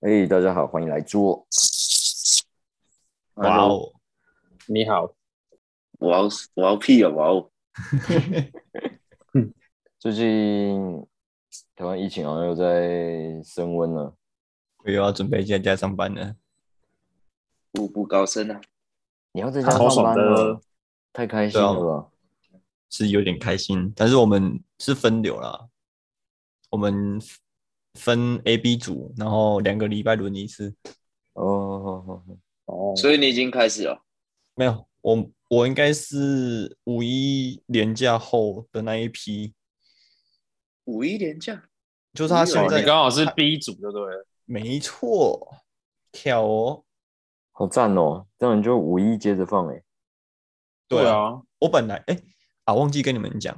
哎、大家好，欢迎来做。哇哦，你好，我要我要屁啊！我要最近台湾疫情好像又在升温了，我又要准备在家上班了。步步高升啊！你要在家好上爽班的了，太开啊心了吧？是有点开心，但是我们是分流啦，我们分 A、B 组，然后两个礼拜轮一次。哦，哦，所以你已经开始了，没有，我我应该是五一连假后的那一批，五一连假，就是他五一现哦在你刚好是 B 组就对了，没错，巧哦，好赞哦！这样你就五一接着放哎、对啊，啊，我本来哎、啊忘记跟你们讲，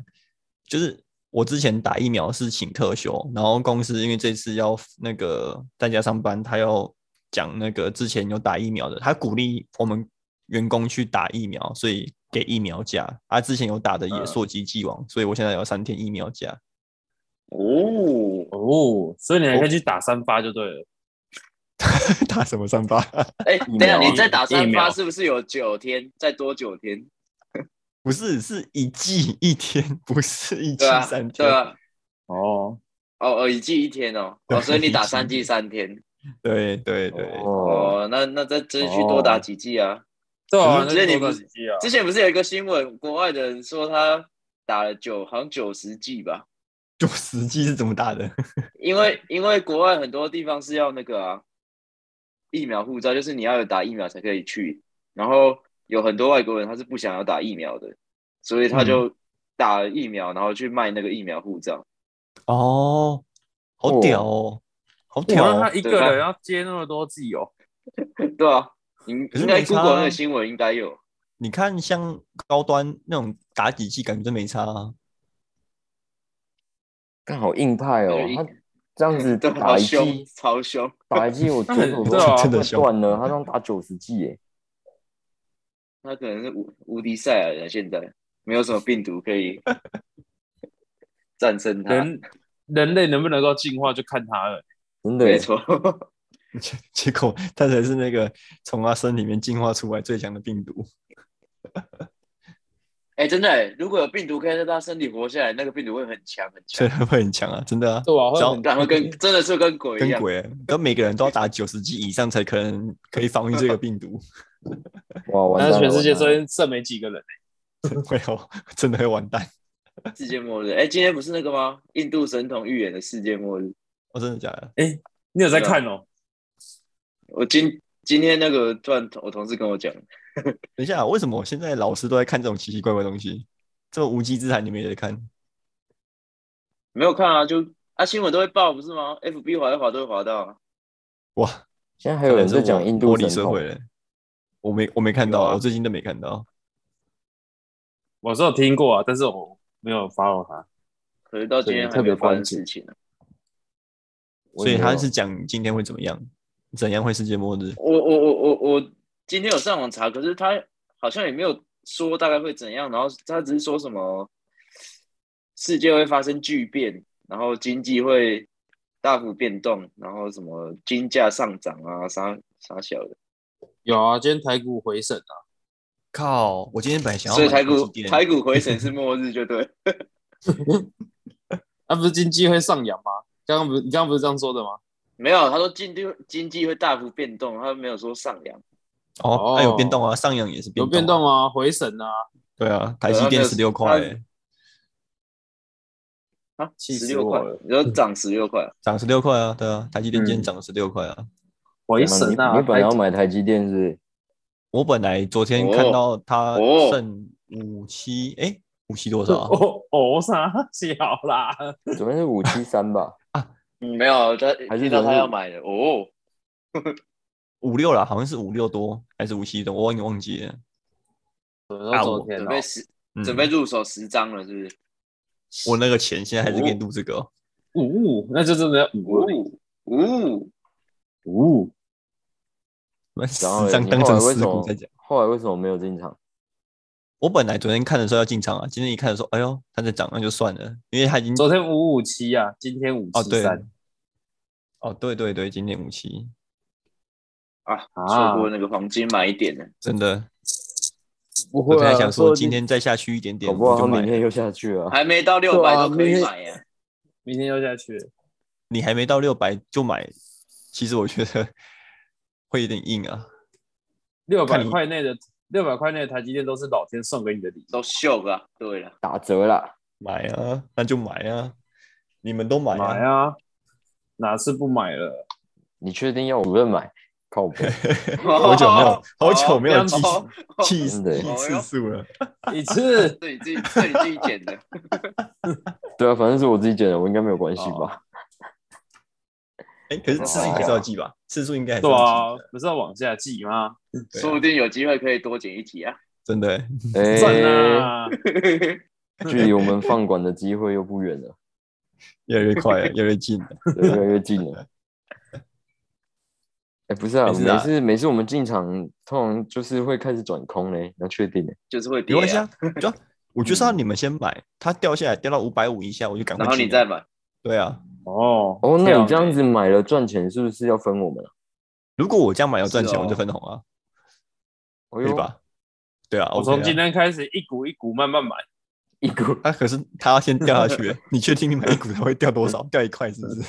就是我之前打疫苗是请特休，然后公司因为这次要那个在家上班，他要讲那个之前有打疫苗的，他鼓励我们员工去打疫苗，所以给疫苗假。啊，之前有打的也嗯溯及既往，所以我现在有三天疫苗假。哦，哦，所以你还可以去打三发就对了， 打什么三八？哎、疫苗等一下你再打疫三苗发是不是有九天？再多九天？ 不是，是一季一天，不是一季对啊，三对天。啊，哦，哦哦，一季一天哦，对哦，所以你打一季三季三天，对对对，哦，哦，那那再继续多打几季啊。对啊，可是之前你不那就多打是几剂啊，之前不是有一个新闻，国外的人说他打了九，好像九十季吧？就实际是怎么打的？因为因为国外很多地方是要那个啊，疫苗护照，就是你要有打疫苗才可以去。然后有很多外国人他是不想要打疫苗的，所以他就打了疫苗，然后去卖那个疫苗护照。哦，好屌哦，好屌哇，那哦他！一个人要接那么多剂哦，对啊，应可是应该没差啊 Google 那个新闻应该有。你看，像高端那种打几剂，感觉真没差啊。 但好硬派哦对，他这样 子对，打好一凶剂，超凶。打一 剂我左手对啊都真的快凶断了，他让打九十剂哎，他可能是无无敌赛亚人，现在没有什么病毒可以战胜他。人人类能不能够进化就看他了，真的没耶，错， 结 结果他才是那个从他身里面进化出来最强的病毒。哎、真的、如果有病毒可以在他身体活下来，那个病毒会很强很所强以，他会很强啊，真的啊，对啊，只会要很 然 后跟真的是跟鬼一跟样。鬼欸，跟每个人都要打九十剂以上才可能可以防御这个病毒， 哇，完蛋那了，全世界完蛋了剩剩没几个人，会有真的会完蛋。世界末日。哎、今天不是那个吗？印度神童预言的世界末日。我哦真的假的？你有在啊看哦？我今今天那个突然我同事跟我讲，等一下，啊为什么我现在老师都在看这种奇奇怪怪的东西？这么无稽之谈，你们也在看？没有看啊，就啊新闻都会报不是吗？FB 滑一滑都会滑到、啊。哇，现在还有人在讲印度玻璃神社童会，了，我没我没看到有啊，啊我最近都没看到。我是有听过啊，但是我没有 follow 他，可是到今天还没有发生事情呢、我所以也没他有是讲今天会怎么样，怎样会世界末日？我我我我我今天有上网查，可是他好像也没有说大概会怎样，然后他只是说什么世界会发生巨变，然后经济会大幅变动，然后什么金价上涨啊，啥啥小的。有啊，今天台股回升啊，靠！我今天本来想要所以台买股台积电台股回神是末日，就对。那啊不是经济会上扬吗？刚刚不是你刚刚不是这样说的吗？没有，他说经济经济会大幅变动，他没有说上扬。哦，它哦有变动啊，上扬也是有变变动啊。动啊，回升啊，对啊，台积电对啊十六块欸，啊，气死十六我块了，你说涨十六块，涨十六块啊，对啊，台积电今天嗯涨十六块啊。回升啊，你你本来台要买台积电是不是？我本来昨天哦看到它哦剩五七，哎，五七多少啊？ 哦哦啥小啦，昨天是五七三吧？ 嗯，没有，他还是听到人他是要买的哦。五六啦，好像是五六多还是五七多，我忘忘记了。到昨天准哦备十，嗯准备入手十张了，是不是？我那个钱现在还是给你录这个哦，五五，那就真的要五五五五，五五，那十然后嘞张你当后成来为十什么股在讲。后来为什么没有进场？我本来昨天看的时候要进场啊，今天一看说，哎呦，它在涨，那就算了，因为它已经昨天五五七啊，今天五哦七对三，哦对对对，今天五七，啊，啊错过那个黄金买点了。真的。不我会本啊，来想说不今天再下去一点点，搞不我好就他买明天了。又下去了。还没到六百对啊都可明以天买呀、明天要下去了，你还没到六百就买，其实我觉得 会有点硬啊。六看百你块内的六百块内的台积电都是老天送给你的礼物。都秀了、对了，打折啦，买啊，那就买啊，你们都买啊。买啊，哪次不买了？你确定要主任买？靠谱， 好久没 有，好久没有记哦记真的耶记次数了。一次对你自己对你自己 剪的，对啊，反正是我自己剪的，我应该没有关系吧？哎，可是次数还是要记吧，次数应该还是对要啊记，不是要往下记吗？的。说不对啊定有机会可以多剪一集啊。真的耶， 哎、赞啊！距离我们放管的机会又不远 了，越来越快了，越来越近 了。对越来越近了。哎、不是啊，没事啊每次每次我们进场，通常就是会开始转空嘞，要确定的。就是会跌、没关系啊，啊，就我就是嗯要你们先买，它掉下来掉到五百五以下，我就赶快然后进你了再买， 对啊，哦哦，那你这跳样子买了赚钱，是不是要分我们啊？如果我这样买要赚是钱，哦我就分红啊，哦可以吧？对啊，我从 OK 啊今天开始一股一股慢慢买，哎一股啊，可是它要先掉下去 耶，你确定你买一股它会掉多少？掉一块是不是？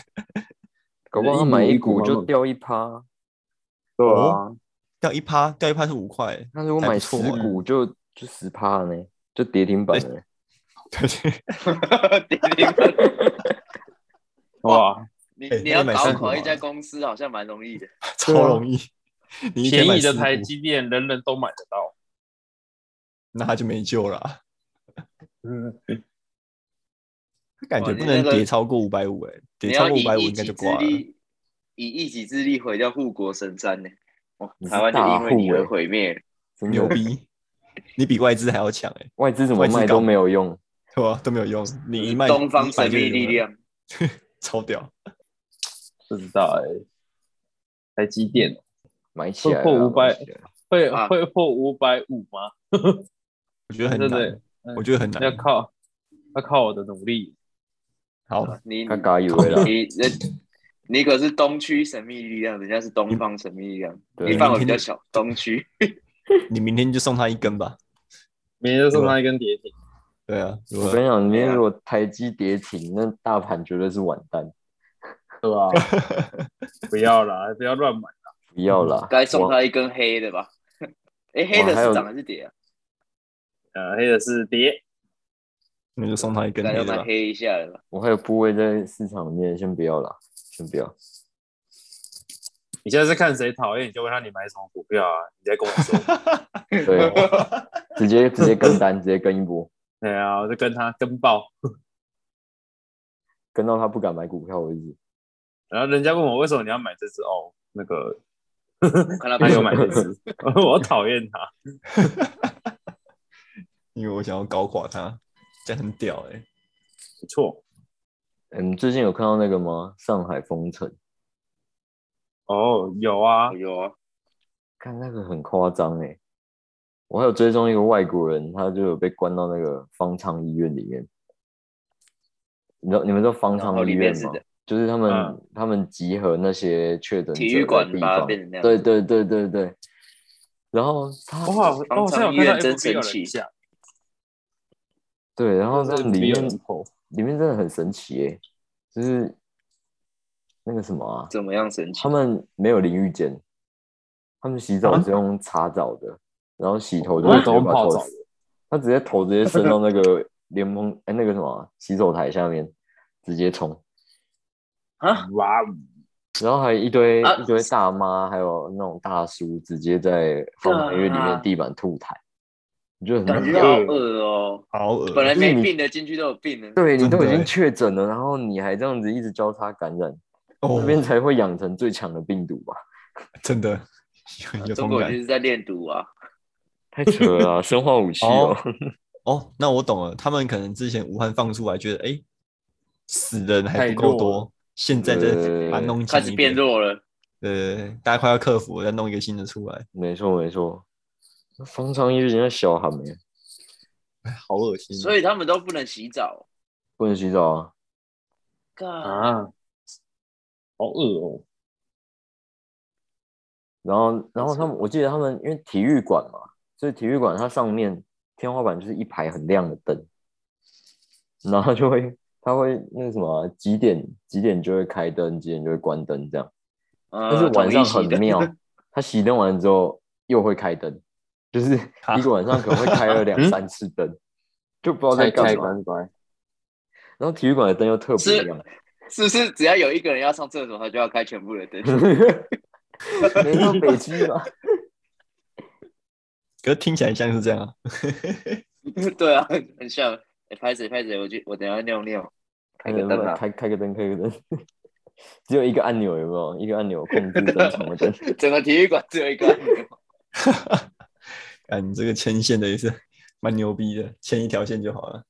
搞不好他买一股就掉一趴，对啊，掉一趴，掉一趴是五块耶，但是我还买不十错欸股就就十趴了呢，就跌停板哎了呢。对对，跌停板哇，你哎你要那你买四搞股垮一吧家公司好像蛮容易的， 超容易。你一天便买宜的四台股，积电人人都买得到。那它就没救了啊。嗯，感觉哇不你能那个跌超过五百五，哎，跌你超要过以五百五一应该己就之挂了。力，以一己之力毁掉护国神山呢、哇你，是台湾就因为你大户而欸毁灭了，真牛的，逼，你比外资还要强，哎，外资怎么外资卖搞都没有用，对吧？都没有用，你一卖东方一百神就秘有力了，量， 超屌。不知道哎、台积电哦买起来突破了啊500买起来了会、啊会破五百五吗？我觉得很对对难，我觉得很要难。靠要靠我的努力。好，你他嘎以为了， 你那你可是东区神秘力量，人家是东方神秘力量，对你范围比较小，东区你明天就送他一根吧。明天就送他一根跌停，对啊，如我何跟你讲，今天如果台积跌停，那大盘绝对是完蛋，对 吧、不要啦，不要乱买。不要啦，该送我他一根黑的吧？ 哎，黑的还有是涨还是跌啊？呃，黑的是跌，那就送他一根该黑要的买吧。黑一下了吧？我还有部位在市场里面，先不要啦，先不 要。你现在是看谁讨厌，你就问他你买什么股票啊？你再跟我说。 对，啊啊直接直接跟单，直接跟一波，对啊，我就跟他跟爆。跟到他不敢买股票为止。然后人家问我为什么你要买这只哦，那 个我看他他没有有买买，这只， 我讨厌他。 因为我想要搞垮他，这样很屌哎。不错嗯，最近有看到那个吗？上海封城，哦，有啊，有啊，看那个很夸张哎。我还有追踪一个外国人，他就有被关到那个方舱医院里面。你知道你们知道方然后舱医里院面是吗的？就是他们、嗯他们集合那些确诊体者育的馆地把它方变成那样对对对对对。然后他我好，我好像有看到 FB 有人讲，对，然后就在是里 FB 有面人 po 里面真的很神奇耶、就是那个什么啊，怎么样神奇他？们没有淋浴间，他们洗澡啊是用擦澡的，然后洗头就啊是直接把泡头澡，他直接头直接伸到那个联盟哎、那个什么啊洗手台下面直接冲，哇，哦然后还一堆、啊一堆大妈还有那种大叔直接在方法院里干面啊地板吐痰，你觉得感很觉好恶哦，好恶本来就是没你病的进去都有病了，对你真都已的经欸确诊了，然后你还这样子一直交叉感染，哦那，边才会养成最强的病毒吧？真的有中同国感就。是在练毒啊，太扯了啊，生化武器哦哦。哦，那我懂了，他们可能之前武汉放出来，觉得哎、诶死的人还太不够弱了多，现在再对把它弄开强始一变点，弱了。呃，大家快要克服了，再弄一个新的出来，没错没错，方舱医院人家小孩没哎好恶嗯心哦。所以他们都不能洗澡。不能洗澡啊，干啊啊，好恶哦，然后，然后他们，我记得他们因为体育馆嘛，所以体育馆它上面天花板就是一排很亮的灯，然后就会，它会那个什么啊、几点几点就会开灯，几点就会关灯这样。但但是晚上很妙，它熄灯完之后又会开灯，就是啊一个晚上可能会开了两嗯三次灯，就不知道在开干开嘛。关关，然后体育馆的灯又特别是亮， 是不是只要有一个人要上厕所，他就要开全部的灯？ 没到北极吧？可是听起来像是这样啊。 对啊，很像。哎、拍谁拍谁，我去，我等一下尿尿， 开个灯啊，开开个灯，开个灯， 只有一个按钮，有没有？一个按钮控制灯场的 灯，整个体育馆只有一个按 钮。哎，你这个牵线的也是 蛮牛逼的，牵一条线就好了。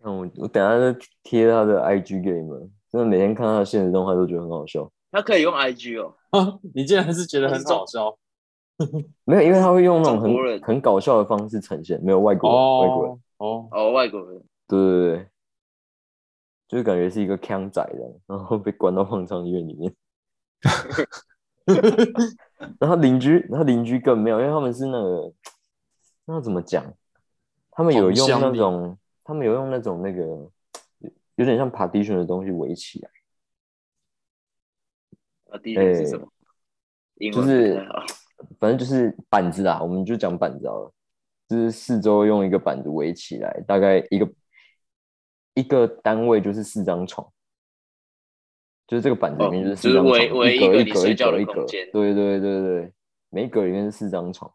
那我我等下就贴他的 IG 给你们，真的每天看他的现实动态都觉得很好笑。他可以用 IG 哦，啊你竟然是觉得很好笑没有，因为他会用那种中国人很很搞笑的方式呈现，没有外国人、外国人，哦哦，哦，外国人，对对对，就是感觉是一个腔仔这样，然后被关到方舱医院里 面。然后邻居，他邻居更妙，因为他们是那个，那要怎么讲？他们有同用乡那里种，他们有用那种那个，有点像 partition 的东西围起来，啊，第一句是什么？英就文是不太好反正就是板子啦，我们就讲板子好了，就是四周用一个板子围起来，大概一个一个单位就是四张床，就是这个板子里面就是四张哦床，就是围围一格一个一你格睡一觉格的一格空间，对对对对，每一格里面是四张床，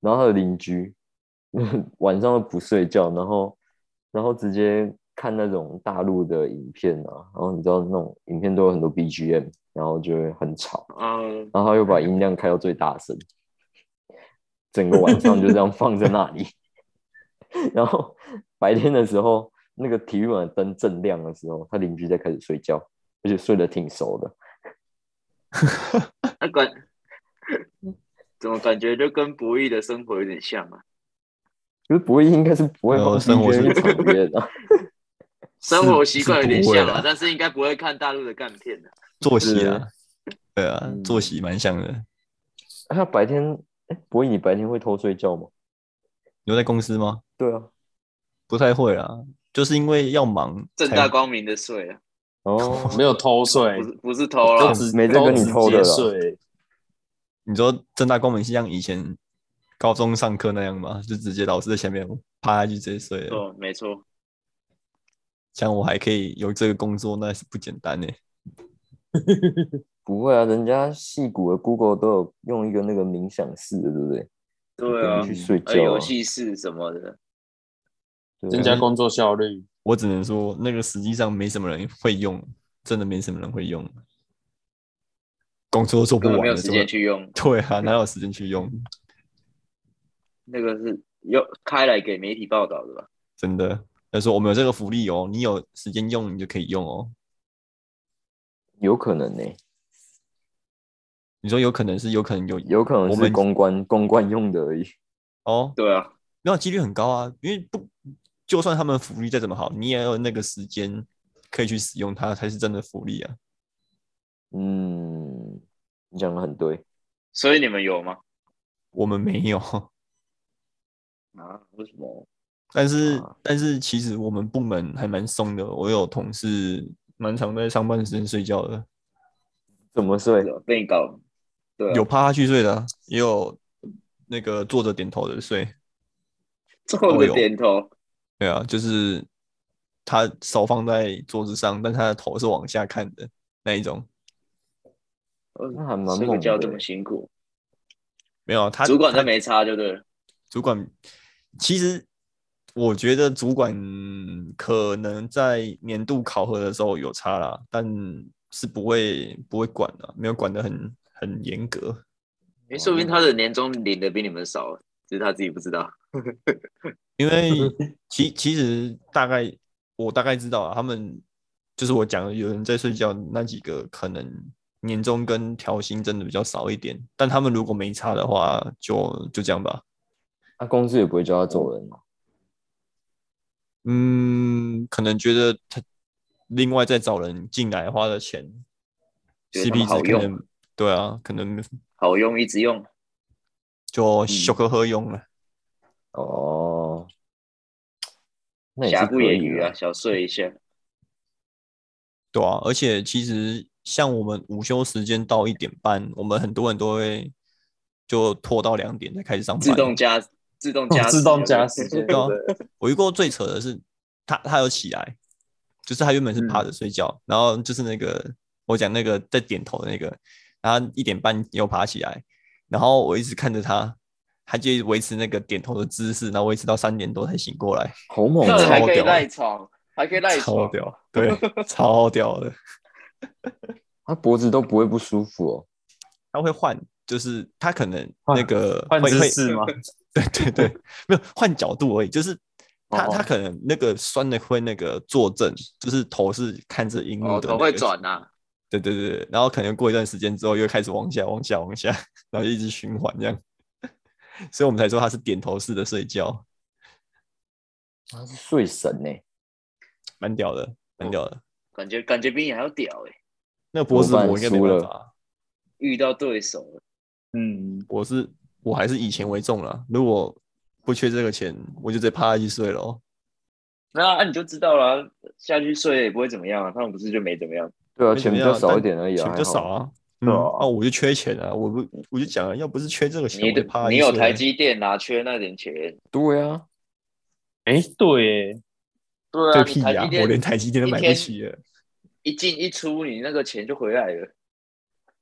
然后他的邻居 晚上都不睡觉，然后然后直接看那种大陆的影片啊，然后你知道那种影片都有很多 BGM，然后就会很吵。嗯，然后他又哎把音量开到最大声，整个晚上就这样放在那里。 然后白天的时候，那个体育馆的灯正亮的时候，他邻居在开始睡觉，而且睡得挺熟的。那啊感怎么感觉就跟博弈的生活有点像啊？就是不会，应该是不会没有放哎生活是进场面的，生活习惯有点像是不会啊啦，但是应该不会看大陆的干片的。作息是啊，对啊，嗯作息蛮像的。 他白天，哎，博弈，你白天会偷睡觉吗？留在公司吗？对啊，不太会啊，就是因为要忙才，正大光明的睡啊， 哦，没有偷不睡，是不是偷都了，直没在跟你偷的啦都直接睡，你说正大光明是像以前高中上课那样吗？就直接老师在前面趴下去直接睡了。错哦没错，像我还可以有这个工作，那是不简单呢、不会啊，人家戏骨的 Google 都有用一个那个冥想室的，对不对？对啊你，去睡还有觉啊游，戏室什么的，对啊增嗯加工作效率。我只能说，那个实际上没什么人会用，真的没什么人会用。工作都做不根本完没有了，时怎间么？去用。对啊，哪有时间去用？那个是要开来给媒体报道的吧？真的，他说我们有这个福利哦，你有时间用你就可以用哦。有可能呢、你说有可能是有可能有有可能我是们公关公关用的而已。哦，对啊，那几率很高啊，因为不就算他们福利再怎么好，你也要有那个时间可以去使用它，才是真的福利啊。嗯，你讲的很对，所以你们有吗？我们没有，啊，为什么？但是、啊但是其实我们部门还蛮松的，我有同事蛮常在上班时间睡觉的，怎么睡？被你搞？对啊、有趴下去睡的啊、也有那个坐着点头的睡。做都个有点头，对啊，就是他手放在桌子上，但他的头是往下看的那一种。那嗯还蛮哦睡个猛觉的这么欸辛苦，没有啊，他主管他都没差就对了。主管，其实我觉得主管可能在年度考核的时候有差啦，但是不会不会管的、没有管得很很严格。哎、说不定他的年终领的比你们少，只是他自己不知道。因为其其实大概我大概知道啊，他们就是我讲的有人在睡觉那几个，可能年终跟调薪真的比较少一点，但他们如果没差的话，就就这样吧。那、啊公司也不会叫他走人啊。嗯，可能觉得他另外再找人进来花的钱觉得他，CP 们值好可用能对啊，可能好用，一直用。嗯就休克喝用了。哦，那也瑕是不可掩以瑜啦啊，小睡一下。对啊，而且其实像我们午休时间到一点半，我们很多人都会就拖到两点才开始上班。自动加自动加自动加时 间，对对啊不对？我遇过最扯的是，他他有起来，就是他原本是嗯趴着睡觉，然后就是那个我讲那个在点头的那个，然后一点半又爬起来，然后我一直看着他，他就一直维持那个点头的姿势，然后维持到三点多才醒过来，好猛 那还哦！超可以屌赖床，还可以赖超床。 屌，对，超屌的。他脖子都不会不舒服哦。他会换，就是他可能换那个换会姿会势吗？对对对， 没有换角度而已，就是他、哦他可能那个酸的会那个坐正，就是头是看着荧幕哦，的、头会转。呐、对对对，对然后可能过一段时间之后又开始往下往下往下，然后就一直循环这样， 所以我们才说他是点头式的睡觉，他是睡神欸呢、蛮屌的，蛮屌的。感觉感觉比你还要屌哎、那个脖子怎么办我应该没办法啊，遇到对手了，嗯，我是我还是以钱为重了，如果不缺这个钱，我就直接趴下去睡了哦。那、啊、你就知道了啊，下去睡也不会怎么样啊，他们不是就没怎么样。对啊，没钱怎么比样较少啊但一点而已啊，钱比还好较少。啊。嗯，对啊啊，我就缺钱啊，我不，我就讲了，要不是缺这个钱，你我就的怕你有台积电哪、缺那点钱？对啊，哎，对耶，对对啊，屁你呀、台积我连电台积电都买不起了。一进一出，你那个钱就回来了。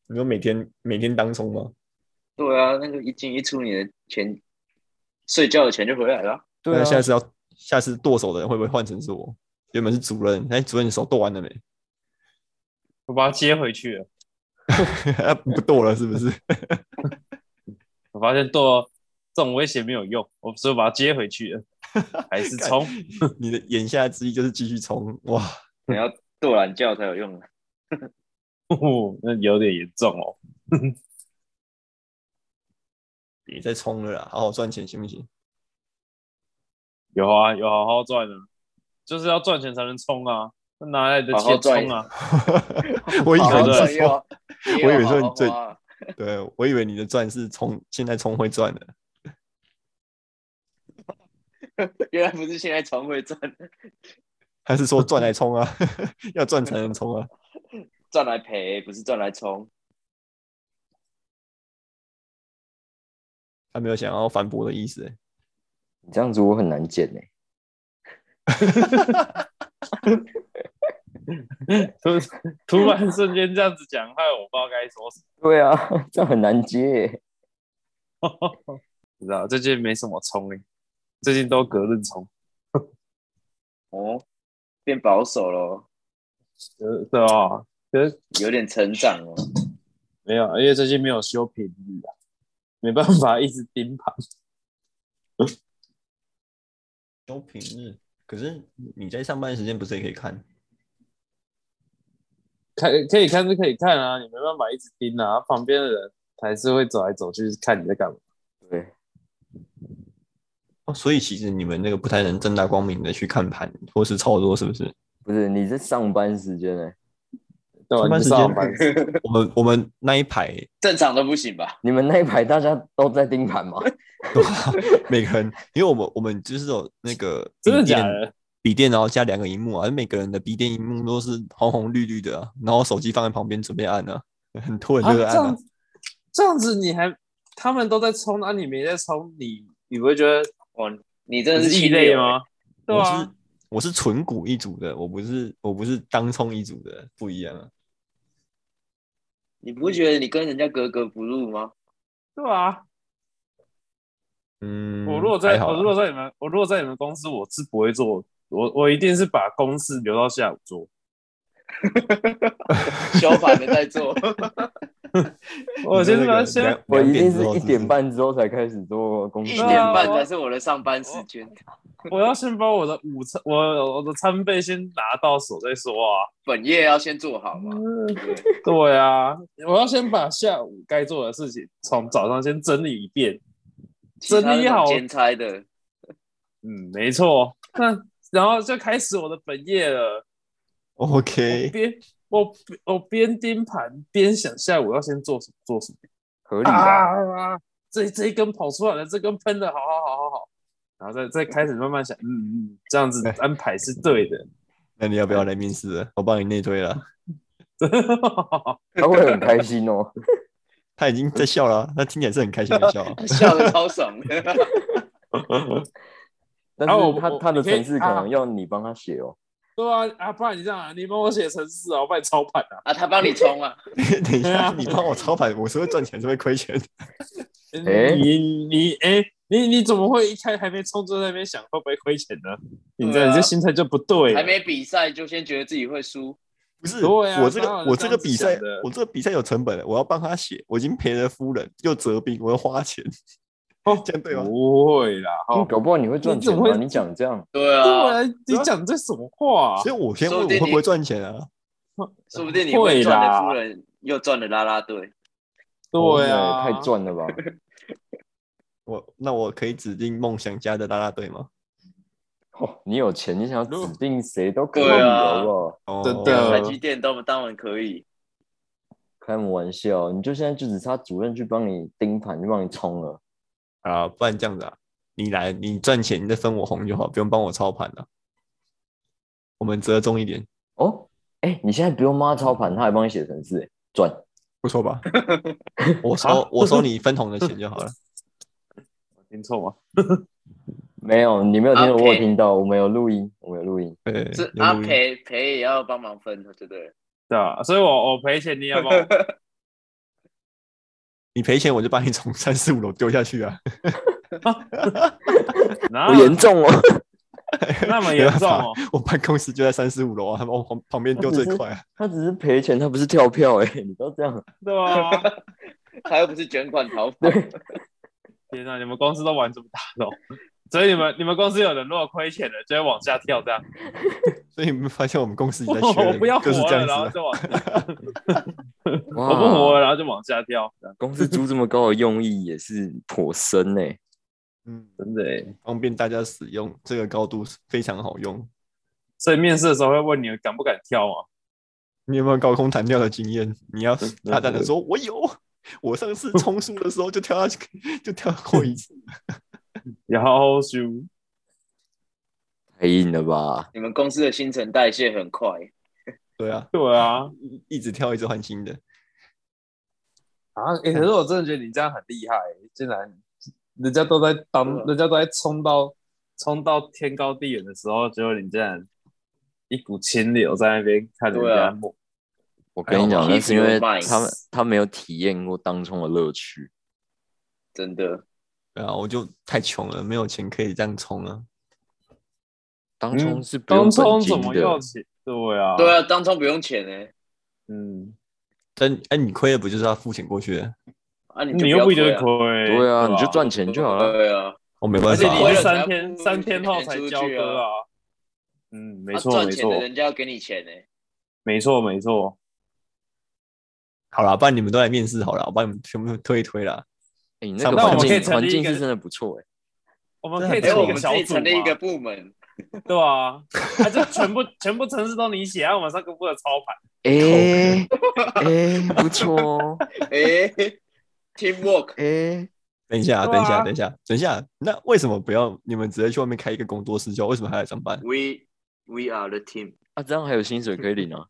你说每天每天当冲吗？对啊，那个一进一出，你的钱睡觉的钱就回来 了啊。对啊那，下次要下次剁手的人会不会换成是我？原本是主任，哎，主任你手剁完了没？ 我把它接回去了。啊不剁了是不是？ 我发现做这种威胁没有用，我所以我把它接回去 了，还是冲。 你的眼下之意就是继续冲哇！你要剁懒觉才有用啊。哦那有点严重哦。别再冲了啦，好好赚钱行不行？ 有啊，有好好赚的，就是要赚钱才能冲啊，那哪来的好好钱赚冲啊？我以好为好你赚是又说要，也 我以有为说好你好最花啊对，我以为你的赚是冲，现在冲会赚的。原来不是现在床会赚，还是说赚来冲啊？ 要赚才能冲啊！赚来赔，不是赚来冲。他没有想要反驳的意思欸。你这样子我很难剪欸呢、 突突然瞬间这样子讲，害我不知道该说什么。对啊， 这样很难接、欸。 不知道最近没什么冲诶、最近都隔日冲，哦，变保守咯，呃对啊，可是有点成长哦。没有，因为最近没有休平日啊，没办法一直盯盘。都平日，可是你在上班时间不是也可以看？看可以看是可以看啊，你没办法一直盯啊，旁边的人还是会走来走去看你在干嘛。对，哦，所以其实你们那个不太能正大光明的去看盘或是操作，是不是？不是你是上班时间欸呢、对吧？上班你时是间上班，我们我们那一排，正常都不行吧？你们那一排大家都在盯盘 吗？对 吧每个人，因为我们我们就是有那个真的笔电假的？笔电，然后加两个荧幕啊，每个人的笔电荧幕都是红红绿绿的、啊，然后手机放在旁边准备按啊，很多人 啊，都在这按啊样 这样子你还他们都在冲，啊，你没在冲，你你不会觉得哇，你真的你是异气欸类流？吗？对我啊是，我是纯股一组的，我不是我不是当冲一组的，不一样啊。你不觉得你跟人家格格不入吗？对啊。嗯，我如果在还好我啦如果在你们我如果在你们公司，我是不会做，我我一定是把公事留到下午 做。修盘的在做，我先你把说那它个先两我一定是两一之后点半之后才开始做工作。一对啊点半才是我的上班时间，我要先把我的午餐，我我的餐费先拿到手再说啊。本业要先做好嘛。嗯对对啊，我要先把下午该做的事情从早上先整理一遍。其他那整理种好兼差的，嗯，没错。那然后就开始我的本业了。是 OK，边我我边盯盘边想下午要先做什么做什么。合理吧？啊啊！这这一根跑出来了，这根喷的，好好好好好，然后再再开始慢慢想，嗯嗯，这样子安排是对的。那你要不要来面试了？我帮你内推了。他会很开心哦。 他已经在笑了啊，他听起来是很开心的笑啊。 笑的超爽的。 但啊我是他我他的你可以程式可啊能要你帮他写哦。对啊啊，不然你这样啊，你帮我写程式啊，我帮你操盘啊。啊，他帮你冲啊，等一对下，啊你帮我操盘，我是会赚钱，是会亏钱。哎你你哎，你你怎么会一开还没冲就在那边想会不会亏钱呢？你这对啊你这心态就不对啊还。没比赛就先觉得自己会输，不是，对啊我这当个然我这是这个样子比赛想的，我这个比赛有成本的，我要帮他写，我已经赔了夫人，又折兵，我要花钱，哦 这样对吗？不会啦，嗯哦，搞不好你会赚你怎钱么啊！会你讲这样，对对啊，啊，你讲这什么话啊所？以我先说问不我定会不你会赚钱啊？说不定你会会赚了啦夫人，又赚了啦啦队。 对啊，太赚了吧？我那我可以指定梦想家的啦啦队吗？哦你有钱，你想要如指定谁都可以，对啊好不好？哦真的台积电当当然可以，开什么玩笑？你就现在就只差主任去帮你盯盘，就帮你冲了。啊，不然这样子啊，你来，你赚钱，你再分我红就好，不用帮我操盘了、我们折中一点，哦，哎，你现在不用帮他操盘，他还帮你写程式，哎赚。不错 吧？我收我收你分红的钱就好了。听错吗？没有，你没有听到， OK 我有听到，我们有录音，我们有录音。对，这有阿录音培啊培也要帮忙分，对不对？对啊，所以我我赔钱，你要帮我。你赔钱，我就把你从三四五楼丢下去啊！ 哪我有严重哦，那么严重哦？我办公室就在三四五楼啊，他们往旁旁边丢最快啊。 他只是赔钱，他不是跳票哎、 你不要这样。对啊，他又不是卷款逃跑，对，天哪，你们公司都玩这么大的哦、所以你们你们公司有人如果亏钱了，就会往下跳这样。所以你们发现我们公司也在缺我人，哦不要活就是这了，样子然后啊。就往我我不活了，然后就往下跳，这样公司租这么高的用意也是颇深呢、欸嗯，真的耶。方便大家使用，这个高度是非常好用。所以面试的时候会问你敢不敢跳啊吗？你有没有高空弹跳的经验？你要的大胆的说，我有。 我上次冲速的时候就跳下去，就跳过一 次。然后就太硬了吧？你们公司的新陈代谢很快，对啊，对啊一一直跳一直换新的。啊！欸可是我真的觉得你这样很厉害，竟然人家都在当，人家都在冲到冲到天高地远的时候，结果你竟然一股清流在那边看人对家啊摸。我跟你讲，哎呦那是因为 Keep your 他们 minds 他没有体验过当中的乐趣。真的。对啊，我就太穷了，没有钱可以这样冲啊。当冲是不嗯当用冲本怎金么的要，钱？对啊，对啊，啊，当中不用钱呢，嗯，但哎，你亏了不就是要付钱过去的？啊，你就你又不一定要会亏啊。亏，对啊，吧你就赚钱就好了。哎对啊，我没而办且法你啊，亏是了才三天不三天后才交出去割啊啊。嗯，没啊错赚没钱的错人家要给你钱呢。没错没错，好啦，不然你们都来面试好了，我帮你们全部推一推啦。哎、你那上个班环我们可以境成立环一境个是真的不错 哎、我们可以这哎，很成立一个我们自小己组成立一个嘛，部门，对啊，啊，就全部全部城市都你写，啊，我们上个部的操 盘，欸，哎、不错哦，哎，teamwork， 哎、等一下，对等啊一下，等一下，等一下，那为什么不要你们直接去外面开一个工作室就好？为什么还来上班？ We we are the team。啊，这样还有薪水可以领啊？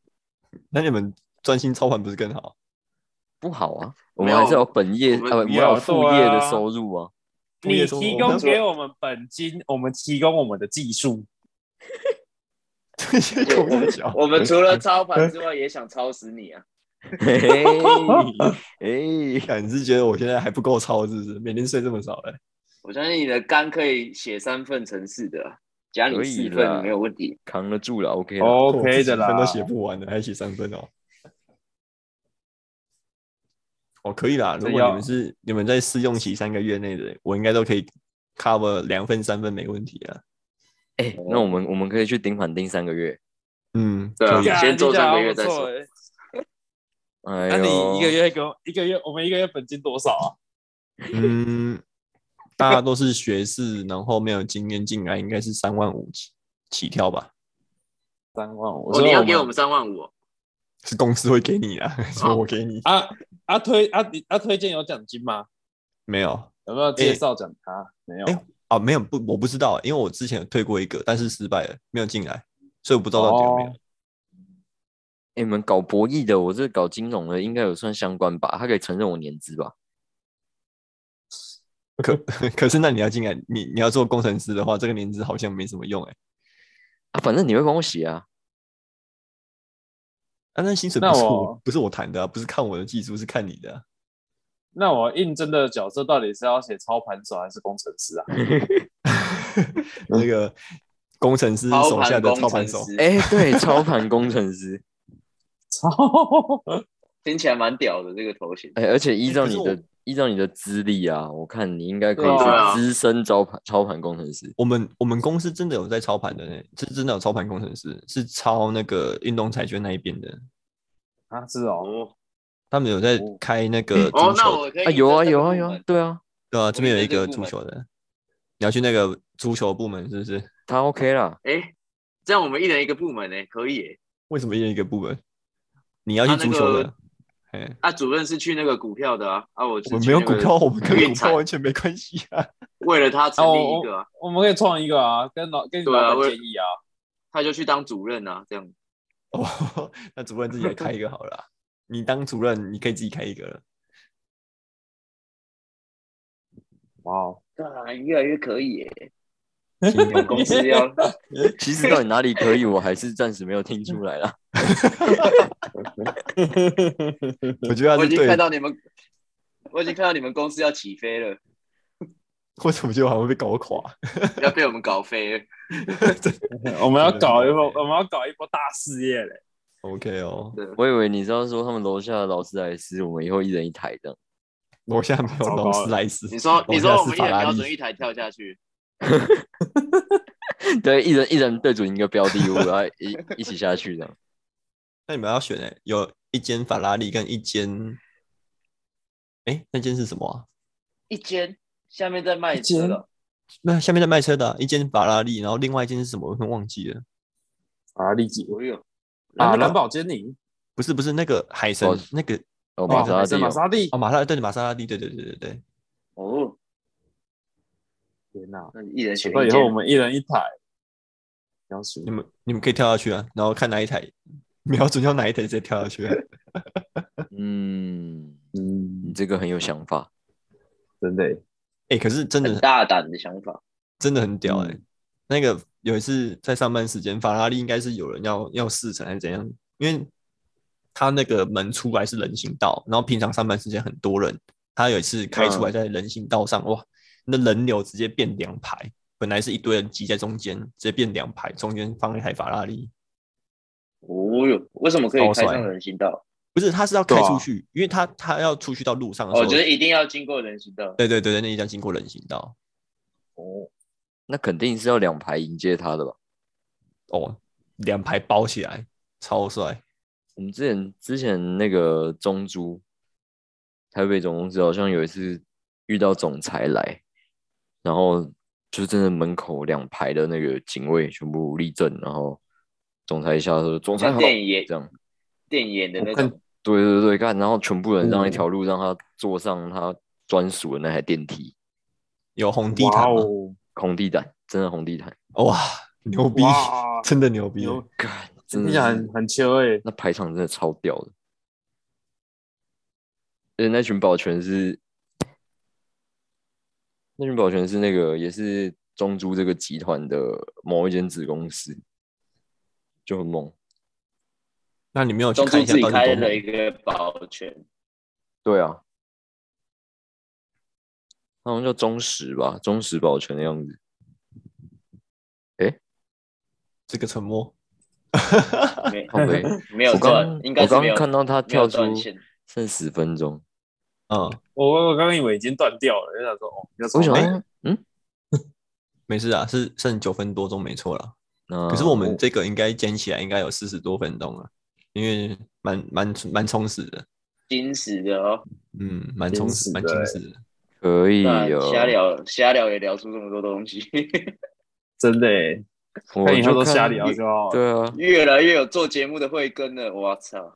那你们专心操盘不是更好？ 不好啊，我没们有还是有本业我们啊，我们没要有有副业对的啊收入 啊。副业你中提我供们给我们本金，我们提供我们的技术，这些穷人小，我们除了操盘之外，也想操死你啊！嘿嘿，哎，干你是觉得我现在还不够操是不是？每天睡这么少嘞、我相信你的肝可以写三份城市的啊，加你可四以份啦没有问题。扛得住了，OK 哦了。 ，OK 的啦分，都写不完的，还写三分哦。哦，可以啦。这如果你要们是你们在试用期三个月内的，我应该都可以 cover 两份三份没问题啊。哎、那我们我们可以去盯盘盯三个月。嗯，对啊可以干先做三个月再干你这样说不错欸哎那呦，你一个月给我一个月，我们一个月本金多少啊？嗯，大家都是学士，然后没有经验进来，应该是三万五起起跳吧？三万五，哦，所以你要给我们三万五哦， 是公司会给你啦，说我给你。啊啊推啊你啊推荐有奖金吗？没有有没有介绍奖他？没有。哎啊，没有不，我不知道，因为我之前有退过一个，但是失败了，没有进来，所以我不知道到底有没有。哦哎，你们搞博弈的，我这搞金融的，应该有算相关吧？他可以承认我年资吧？可 可是那你要进来，你你要做工程师的话，这个年资好像没什么用哎、啊，反正你会帮我写啊。啊，那薪水不那是我我不是我谈的啊，不是看我的技术，是看你 的啊、那我应征的角色到底是要写操盘手还是工程师啊？ 那个工程师操手下盘的工操盘程手，师，哎，对，操盘工程师。操！听起来蛮屌的这个头衔。哎，而且依照可是你我的依照你的资历啊，我看你应该可以对啊是资深操盘操盘工程师。我们我们公司真的有在操盘的呢，是真的有操盘工程师，是操那个运动彩券那一边的，啊，是哦，哦他们有在哦开那个足球哦，的，那我可以啊，有啊应征这有啊个部有啊门，对啊，对啊，这边有一个我可以在这个部足门球的，你要去那个足球部门是不是？他 OK 啦。哎，这样我们一人一个部门呢，可以耶。为什么一人一个部门？你要啊去那足球的个，哎、啊，主任是去那个股票的啊，啊，我是我们去没有那股个票，我们跟运股彩票完全没关系啊。 为了他成立一个啊，我们可以创一个啊，跟老跟你对啊老我板建议啊。他就去当主任啊，这样。哦，那主任自己也开一个好了啊、你当主任，你可以自己开一个了。哇哦，啊，越来越可以耶， 请你公司要其实到底哪里可以，我还是暂时没有听出来啦。我觉得他 我是已经对看的，到你们，我已经看到你们公司要起飞了，为什么觉得好像被搞垮？要被我们搞飞了。我们要搞一 波，我们要搞一波大事业嘞！ OK 哦，对，我以为你是要说他们楼下的劳斯莱斯，我们以后一人一台这样。楼下没有糟糕劳斯了莱斯，你说，楼你说下我是们一法人拉瞄利准一台跳下去，对，一人一人对准一个标的物，然后一一起下去这样。那你们要选哎、有一间法拉利跟一间，哎、那间是什么啊？一间下面在一卖间车了，那下面在卖车的啊、一间法拉利，然后另外一间是什么？我有点忘记了。啊，立即我有啊，那个蓝宝坚尼，不是不是那个海神哦那个哦，哇玛莎拉蒂玛哦，莎拉蒂哦，，玛莎拉对玛莎拉蒂，对对对对对，哦， 天哪！那一人选那一以后我间，们一人一台，要死你们你们可以跳下去啊，然后看哪一台 瞄准要哪一台直接跳下去、啊。 嗯，你嗯，这个很有想法。真的耶，欸哎、可是真很的大胆的想法，真的很屌哎、嗯那个有一次在上班时间，法拉利应该是有人要要试乘还是怎样，因为他那个门出来是人行道，然后平常上班时间很多人，他有一次开出来嗯在人行道上，哇，那人流直接变两排，本来是一堆人挤在中间，直接变两排，中间放一台法拉利，哦哟，为什么可以超开帅上人行道？不是，他是要开对啊哦出去，因为他他要出去到路上的时我候，觉哦得一定要经过人行道，对对对对，那一定要经过人行道，那肯定是要两排迎接他的吧？哦，两排包起来，超帅。我们之前之前那个中珠，台北总公司好像有一次遇到总裁来，然后就真的门口两排的那个警卫全部立正，然后总裁一下说总裁像好，电影演这样，电影演的那我看种，对对对，看，然后全部人让一嗯条路让他坐上他专属的那台电梯，有红地哇毯吗？哦，红地毯，真的红地毯，哇，牛逼，哇，哦 真的牛逼！牛，干，真的听起来是很很秋哎，那排场真的超屌的，而且那群保全是，那群保全是那个也是中珠这个集团的某一间子公司，就很猛。那你没有去中看途一下自己到底开多了一猛？个保全，对啊，他好像叫中石吧，中石保全的样子。这个沉默，没靠 背，没有我赚刚，应该我是没刚有看到他没有跳哦出断线。剩十分钟，嗯，我我刚刚以为已经断掉了，就想说哦，要我重想来说，嗯，没事啊，是剩九分多钟没错了。嗯那可是我们这个应该减起来应该有四十多分钟了，啊因为蛮蛮蛮充实的，金石的哦，嗯，蛮挺充死实，蛮的精欸实的。可以那哦，瞎聊瞎聊也聊出这么多东西， 真的耶，我看以后就都瞎看聊就好了。对啊，越来越有做节目的慧根了。我操！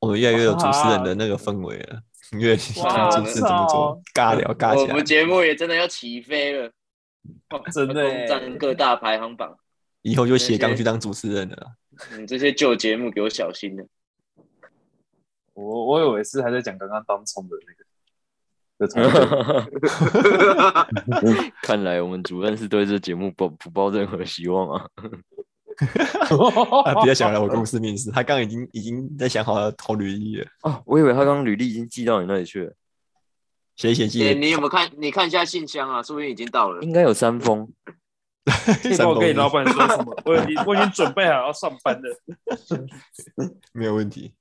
我们越来越有主持人的那哦个氛围了，越来越看 主持人怎么做，尬聊尬哦我起们来。节目也真的要起飞了，哇真的欸要攻占各大排行榜。以后就斜那杠些去当主持人了啦。你这些旧节目给我小心的，我我以为是还在讲刚刚当冲的 那个的同学 看来我们主任是对这节目抱不抱任何希望啊！啊，不要想来我 公司面试，他刚刚已经已经在想好要投履历了，哦，我以为他刚刚履历已经寄到你那里去了，写一写你记哎你有没有看？你看一下信箱啊，说不定已经到了。应该有三封。你 得。跟三我封跟你面老板说什么？ 我已经我已经准备好要上班了。没有问题，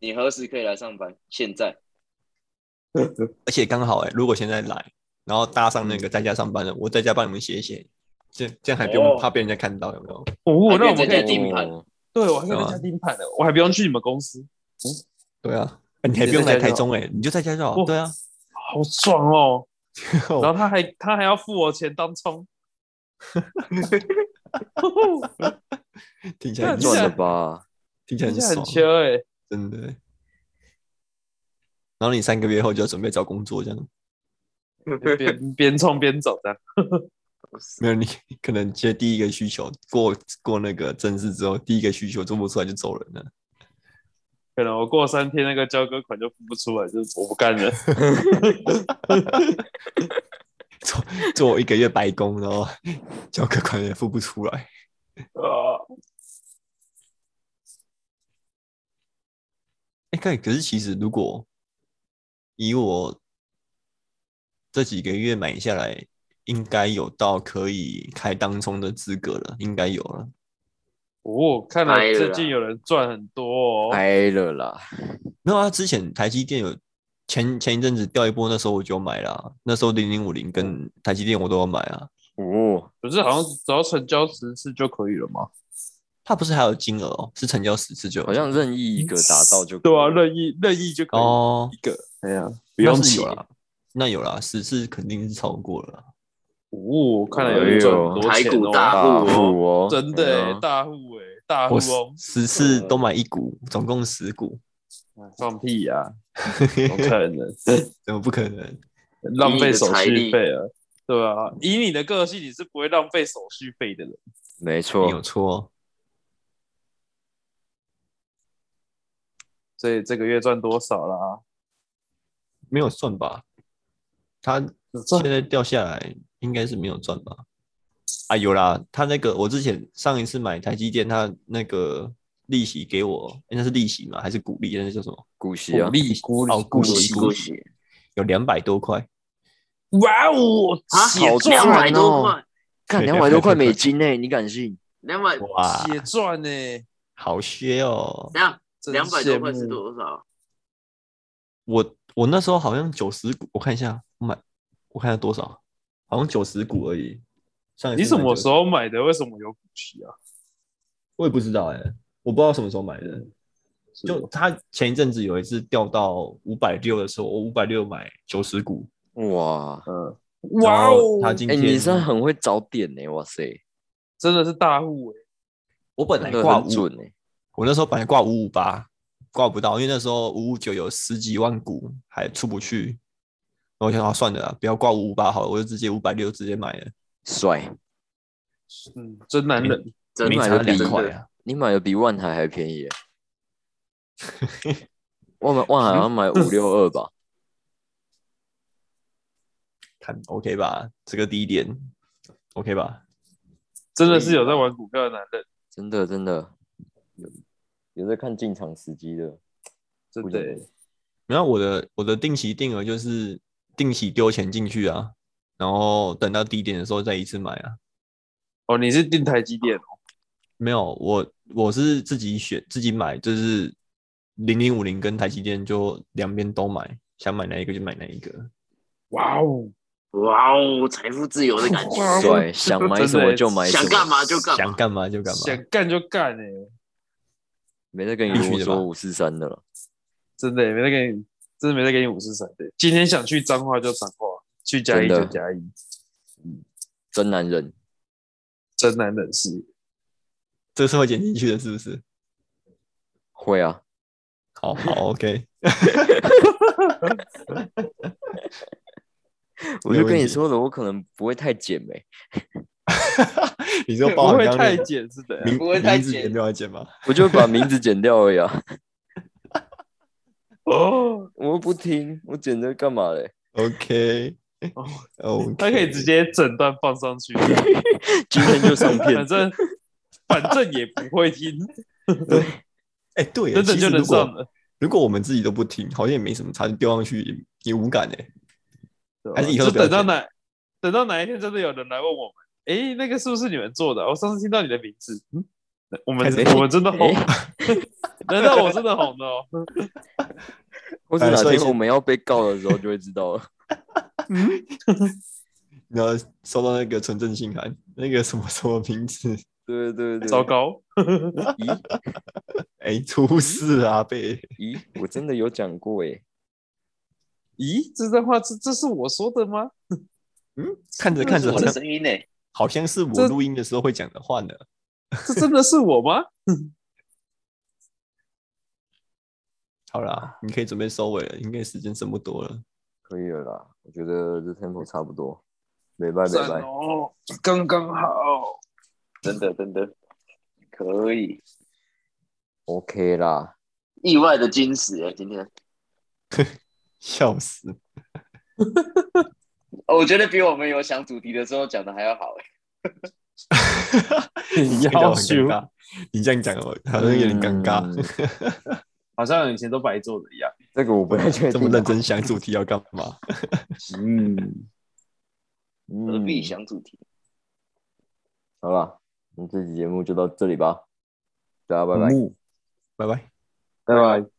你何时可以来上班？现在而且刚好哎、如果现在来，然后搭上那个在家上班的，我在家帮你们写一写，这样这样还不用哦怕被人家看到，有没有？哦，那我还们可可以在以家定盘哦对啊我还可以在家盯盘的，我还不用去你们公司，对啊，啊你还不用来台中哎、你就在家就好。哦对 啊，好爽哦！然后他还他还要付我钱当冲， 听起来很对赚啊了爽，吧？听起来真很的爽，很缺哎。真的欸。然后你三个月后就要准备找工作，这样啊边边冲边走的，没有你可能接第一个需求，过过那个正式之后，第一个需求做不出来就走人了。可能我过三天那个交割款就付不出来，就是我不干了。做做一个月白工，然后 交个款也付不出来。啊，哎、可可是其实如果以我这几个月买下来，应该有到可以开当冲的资格了，应该有了。哦，看来哎呀哎最近有人赚很多哦。挨了啦，没有啊，之前台积电有前前一阵子掉一波，那时候我就有买了啊、那时候零零五零跟台积电我都有买啊。哦，不是，好像只要成交十次就可以了吗？它不是还有金额哦，是成交十次就有好像任意一个达到就对啊，可以了任意任意就可以哦一，个，哎呀，不不用是起有。啊了，那有了，十次肯定是超过了啊。哦，看来有人赚很多哎钱呦哦，台股大大户哦户哦，真的哎欸呀大户哎，大户我十哦，十次都买一股，总共十股，哎放屁 呀，不可能， 怎么不可能？ 浪费手以续你的财力费啊，对啊，以你的个性，你是不会浪费手续费的人。没没错有，错，哦所以这个月赚多少啦？没有算吧？他现在掉下来应该是没有赚吧？啊，有啦，他那个我之前上一次买台积电，他那个利息给我，诶那是利息吗？还是股利？那叫什么？股息啊，利股哦，股息，恭股喜息，有两百多块，哇哦，啊血好赚两百多块，看两百多块美金呢，你敢信？两百，哇，血赚呢，好削哦！等下真两百多块羡是慕多少？啊我我那时候好像九十股，我看一下，我买，我看下多少，好像九十股而已。上一次你什买么90时候买的？为什么有股息啊？我也不知道哎、我不知道什么时候买的。就他前一阵子有一次掉到五百六的时候，我五百六买九十股，哇，嗯，然哇后哦，他今哎，天、你真的很会找点呢，哇塞，真的是大户哎，我本来真的挂很五，准哎，我那时候本来挂五五八，挂不到，因为那时候五五九有十几万股还出不去，然后我想啊算了啦不要挂五五八好了，我就直接五百六直接买了，帅，嗯，真男人。真明的白差了两真的块啊，你买的比万海还便 宜耶。万海万海好像买五六二吧，看 OK 吧，这个低点 OK 吧，真的是有在玩股票的男人，真的真的有有在看进场时机的，真不的简欸单。然后我的我的定期定额就是定期丢钱进去啊，然后等到低点的时候再一次买啊。哦，你是定台积电哦，没有，我我是自己选自己买，就是零零五零跟台积电就两边都买，想买哪一个就买哪一个。哇哦，哇哦，财富自由的感觉，哇哦帅，想买什么就买什想么，干嘛就干想嘛。干嘛就干嘛。想干就干哎，没在跟你必须啰的吧嗦五四三的了。真的欸没在给你，真的没在给你五十三的。今天想去彰化就彰化，去嘉真义就的嘉义，真男人，真男人是这是会剪进去的，是不是？会啊，好好，OK，我就没问跟你题说了，我可能不会太减呗、你说不包含会刚刚太啊那个简是的。欸名不会太名字剪剪掉一剪吗？我就把名字剪掉而已啊，哦， 我又不听，我剪这干嘛嘞？ OK，哦哦，他可以直接整段放 上去，今天就上片 反，正反正也不会听，哎、对耶，真的其就实能如上果了。如果我们自己都不听，好像也没什么差，就丢上去也也无感哎。对吧还是以后就都不要等到剪哪等到哪一天真的有人来问我们，诶，那个是不是你们做的？我上次听到你的名字，嗯，我们开始我们真的红， 难道我真的红了哦？ 或是哎哪所以天是我们要被告的时候就会知道了。嗯然后收到那个纯正信函，那个什么什么名字， 对 对对， 糟！糕，咦哎、出事啊被，咦，我真的有讲过哎、咦，这段话这这是我说的吗？嗯，看着这看是着我好的像声音呢、好像是我这录音的时候会讲的话呢。这真的是 我吗？好啊啦，你可以准备收尾了，应该时间剩不多了。可以了啦，我觉得这 tempo 差不多，拜拜拜赞 拜。哦，刚刚好。真的真的可以， OK 啦，意外的惊喜哎，今天、笑死！ 哦我觉得比我们有想主题的时候讲的还要好哎、你这样要讲很尴求尬，你这样讲我好像有点尴尬。嗯好像以前都白做的一样。这个我不太确定啊。 这么认真想主题要干嘛？嗯，嗯何必想主题？好了，嗯我们这期节目就到这里吧，大家拜拜。拜拜。拜拜。